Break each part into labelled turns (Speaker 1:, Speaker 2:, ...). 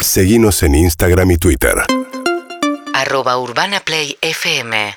Speaker 1: Seguimos en Instagram y Twitter.
Speaker 2: arroba urbanaplayfm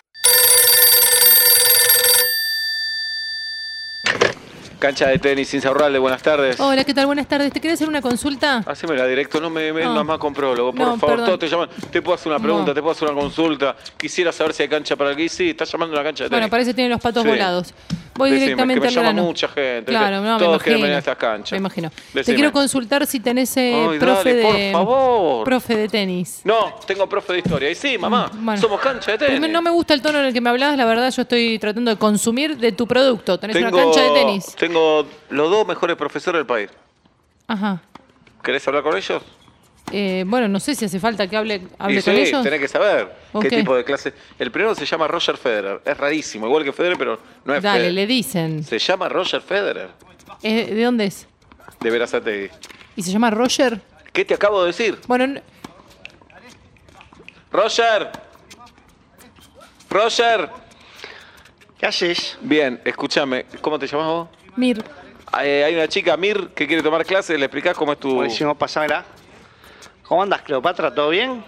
Speaker 3: Cancha de tenis sin de buenas tardes.
Speaker 4: Hola, ¿qué tal? Buenas tardes. ¿Te quería hacer una consulta?
Speaker 3: Hacémela directo, no me vengas
Speaker 4: No.
Speaker 3: más con prólogo, por
Speaker 4: No,
Speaker 3: favor.
Speaker 4: perdón.
Speaker 3: Todos te llaman. Te puedo hacer una pregunta,
Speaker 4: No.
Speaker 3: te puedo hacer una consulta. Quisiera saber si hay cancha para aquí. Sí, estás llamando a una cancha de tenis.
Speaker 4: Bueno, parece que tienen los patos
Speaker 3: Sí.
Speaker 4: volados. Voy
Speaker 3: Decime,
Speaker 4: directamente
Speaker 3: que me
Speaker 4: al
Speaker 3: llama
Speaker 4: grano.
Speaker 3: mucha gente,
Speaker 4: Claro,
Speaker 3: ¿viste?
Speaker 4: no, me
Speaker 3: Todos quieren
Speaker 4: imagino.
Speaker 3: venir a estas canchas.
Speaker 4: Me imagino.
Speaker 3: Decime.
Speaker 4: Te quiero consultar si tenés eh,
Speaker 3: Ay,
Speaker 4: profe
Speaker 3: dale, por
Speaker 4: de
Speaker 3: favor.
Speaker 4: profe de tenis.
Speaker 3: No, tengo profe de historia. Y sí, mamá,
Speaker 4: Mm, Bueno.
Speaker 3: somos cancha de tenis.
Speaker 4: Primero, No me gusta el tono en el que me hablabas, la verdad yo estoy tratando de consumir de tu producto. Tenés
Speaker 3: tengo,
Speaker 4: una cancha de tenis.
Speaker 3: Tengo los dos mejores profesores del país.
Speaker 4: Ajá.
Speaker 3: ¿Querés hablar con ellos?
Speaker 4: Eh, bueno, no sé si hace falta que hable, hable
Speaker 3: y
Speaker 4: con
Speaker 3: sí,
Speaker 4: ellos.
Speaker 3: tenés que saber
Speaker 4: Ok.
Speaker 3: qué tipo de clase. El primero se llama Roger Federer. Es rarísimo, igual que Federer, pero no es
Speaker 4: Dale,
Speaker 3: Federer.
Speaker 4: le dicen.
Speaker 3: Se llama Roger Federer,
Speaker 4: Eh, ¿De dónde es?
Speaker 3: de Verazategui.
Speaker 4: ¿Y se llama Roger?
Speaker 3: ¿Qué te acabo de decir?
Speaker 4: Bueno, n-
Speaker 3: Roger. Roger.
Speaker 5: ¿Qué haces?
Speaker 3: Bien, escúchame. ¿Cómo te llamas vos?
Speaker 4: Mir.
Speaker 3: Eh, hay una chica, Mir, que quiere tomar clases. ¿Le explicás cómo es
Speaker 4: Uh.
Speaker 3: tu...?
Speaker 5: Buenísimo, pasámela. ¿Cómo andas, Cleopatra? ¿Todo bien?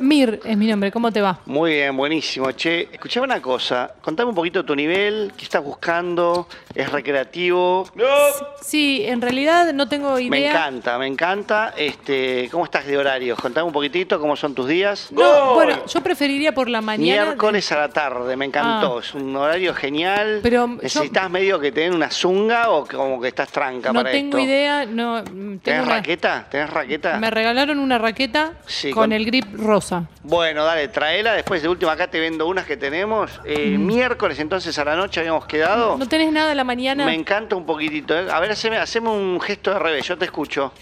Speaker 4: Mir es mi nombre, ¿cómo te va?
Speaker 5: Muy bien, buenísimo. Che, escuchame una cosa. Contame un poquito tu nivel, qué estás buscando, es recreativo.
Speaker 3: ¡No!
Speaker 4: Sí, en realidad no tengo idea.
Speaker 5: Me encanta, me encanta. Este, ¿Cómo estás de horarios? Contame un poquitito, ¿cómo son tus días?
Speaker 3: ¡Gol!
Speaker 4: No, bueno, yo preferiría por la mañana.
Speaker 5: Miércoles a la tarde, me encantó.
Speaker 4: Ah.
Speaker 5: Es un horario genial.
Speaker 4: Pero yo-
Speaker 5: ¿Necesitas medio que te den una zunga o que- como que estás tranca
Speaker 4: No
Speaker 5: para
Speaker 4: tengo
Speaker 5: esto?
Speaker 4: idea, no. mm, Tengo
Speaker 5: ¿Tenés
Speaker 4: una-
Speaker 5: raqueta? ¿Tenés raqueta?
Speaker 4: Me regalaron una raqueta
Speaker 5: Sí,
Speaker 4: con,
Speaker 5: con-
Speaker 4: el grip rosa.
Speaker 5: Bueno, dale, traela. Después de última acá te vendo unas que tenemos. Eh, Miércoles entonces a la noche habíamos quedado.
Speaker 4: ¿No tenés nada a la mañana?
Speaker 5: Me encanta un poquitito. eh. A ver, haceme, haceme un gesto de revés. Yo te escucho.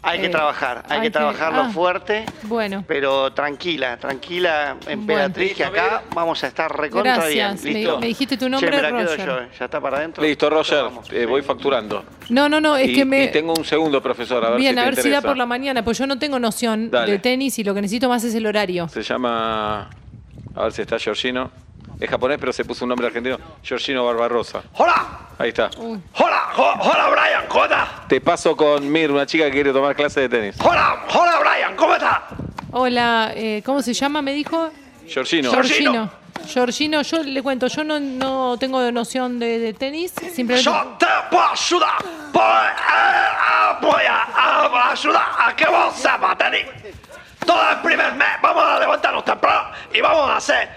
Speaker 5: Hay
Speaker 4: Eh,
Speaker 5: que trabajar, hay,
Speaker 4: hay
Speaker 5: que
Speaker 4: que-
Speaker 5: trabajarlo
Speaker 4: ah.
Speaker 5: fuerte.
Speaker 4: Bueno.
Speaker 5: Pero tranquila, tranquila, emperatriz, que acá vamos a estar recontra bien.
Speaker 4: Gracias. Me-
Speaker 5: Listo.
Speaker 4: me dijiste tu
Speaker 5: Che,
Speaker 4: nombre,
Speaker 5: me la quedo
Speaker 4: Roger.
Speaker 5: yo, eh. ¿Ya está para adentro?
Speaker 3: Listo,
Speaker 5: Ya
Speaker 3: Roger.
Speaker 5: vamos.
Speaker 3: Eh, voy facturando.
Speaker 4: No, no, no, es
Speaker 3: y,
Speaker 4: que me.
Speaker 3: y tengo un segundo profesor, a ver
Speaker 4: Bien,
Speaker 3: si te
Speaker 4: a ver si da
Speaker 3: interesa.
Speaker 4: por la mañana, pues yo no tengo noción
Speaker 3: Dale.
Speaker 4: de tenis y lo que necesito más es el horario.
Speaker 3: Se llama... A ver si está Georgino. Es japonés, pero se puso un nombre argentino. Georgino Barbarosa.
Speaker 5: ¡Hola!
Speaker 3: Ahí está.
Speaker 4: Uy.
Speaker 5: ¡Hola! ho- ¡Hola, Brian! ¿Cómo estás?
Speaker 3: Te paso con Mir, una chica que quiere tomar clases de tenis.
Speaker 5: ¡Hola! ¡Hola, Brian! ¿Cómo estás?
Speaker 4: Hola, eh, ¿cómo se llama? Me dijo.
Speaker 3: Georgino.
Speaker 4: Georgino. Georgino, yo le cuento, yo no, no tengo noción de, de tenis, simplemente.
Speaker 5: Yo te puedo ayudar. Voy a, a- voy a- a- a ayudar a que vos sepas, Tani. Todo el primer mes vamos a levantarnos temprano y vamos a hacer.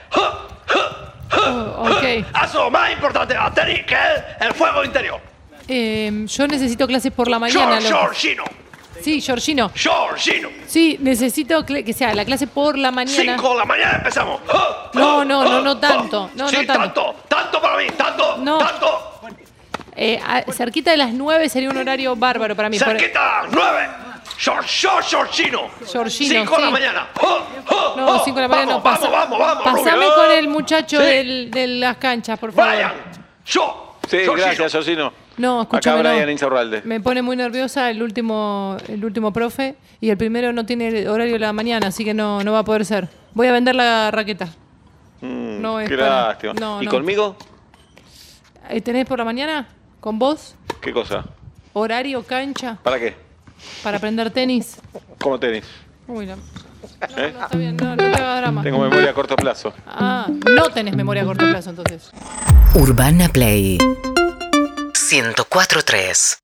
Speaker 4: Oh, ok.
Speaker 5: Eso más importante a Tani que es el fuego interior.
Speaker 4: Eh, yo necesito clases por la mañana.
Speaker 5: Geor-
Speaker 4: lo-
Speaker 5: Georgino.
Speaker 4: Sí, Georgino.
Speaker 5: Georgino.
Speaker 4: Sí, necesito cl- que sea la clase por la mañana.
Speaker 5: Cinco de la mañana empezamos.
Speaker 4: No, no, no, no tanto. No,
Speaker 5: sí,
Speaker 4: no tanto.
Speaker 5: tanto. Tanto para mí. Tanto.
Speaker 4: No.
Speaker 5: Tanto.
Speaker 4: Eh, a- cerquita de las 9 sería un horario bárbaro para mí. por-
Speaker 5: Cerquita a las nueve. Geor- Geor- Georgino.
Speaker 4: Georgino,
Speaker 5: Cinco de la
Speaker 4: sí.
Speaker 5: mañana. Oh,
Speaker 4: No, 5 de la mañana no
Speaker 5: vamos,
Speaker 4: pasa.
Speaker 5: Vamos, vamos, vamos.
Speaker 4: Pasame
Speaker 5: Rubio.
Speaker 4: con el muchacho
Speaker 5: Sí.
Speaker 4: del- de las canchas, por favor.
Speaker 5: Brian, yo.
Speaker 3: Sí,
Speaker 5: Georgino.
Speaker 3: gracias, Georgino.
Speaker 4: No, escúchame.
Speaker 3: Acá
Speaker 4: no.
Speaker 3: Brian Insaurralde.
Speaker 4: Me pone muy nerviosa el último, el último profe y el primero no tiene horario de la mañana, así que no, no va a poder ser. Voy a vender la raqueta. no es
Speaker 3: Mm, Qué
Speaker 4: para-
Speaker 3: lástima.
Speaker 4: no,
Speaker 3: ¿Y
Speaker 4: no.
Speaker 3: conmigo?
Speaker 4: Eh, ¿Tenés por la mañana? ¿Con vos?
Speaker 3: ¿Qué cosa?
Speaker 4: ¿Horario cancha
Speaker 3: ¿Para qué?
Speaker 4: para aprender tenis?
Speaker 3: ¿Cómo tenis?
Speaker 4: Uy, no. No,
Speaker 3: ¿Eh?
Speaker 4: no, está bien, no, no te hagas drama.
Speaker 3: Tengo memoria a corto plazo.
Speaker 4: Ah, no tenés memoria a corto plazo entonces.
Speaker 2: Urbana Play 104.3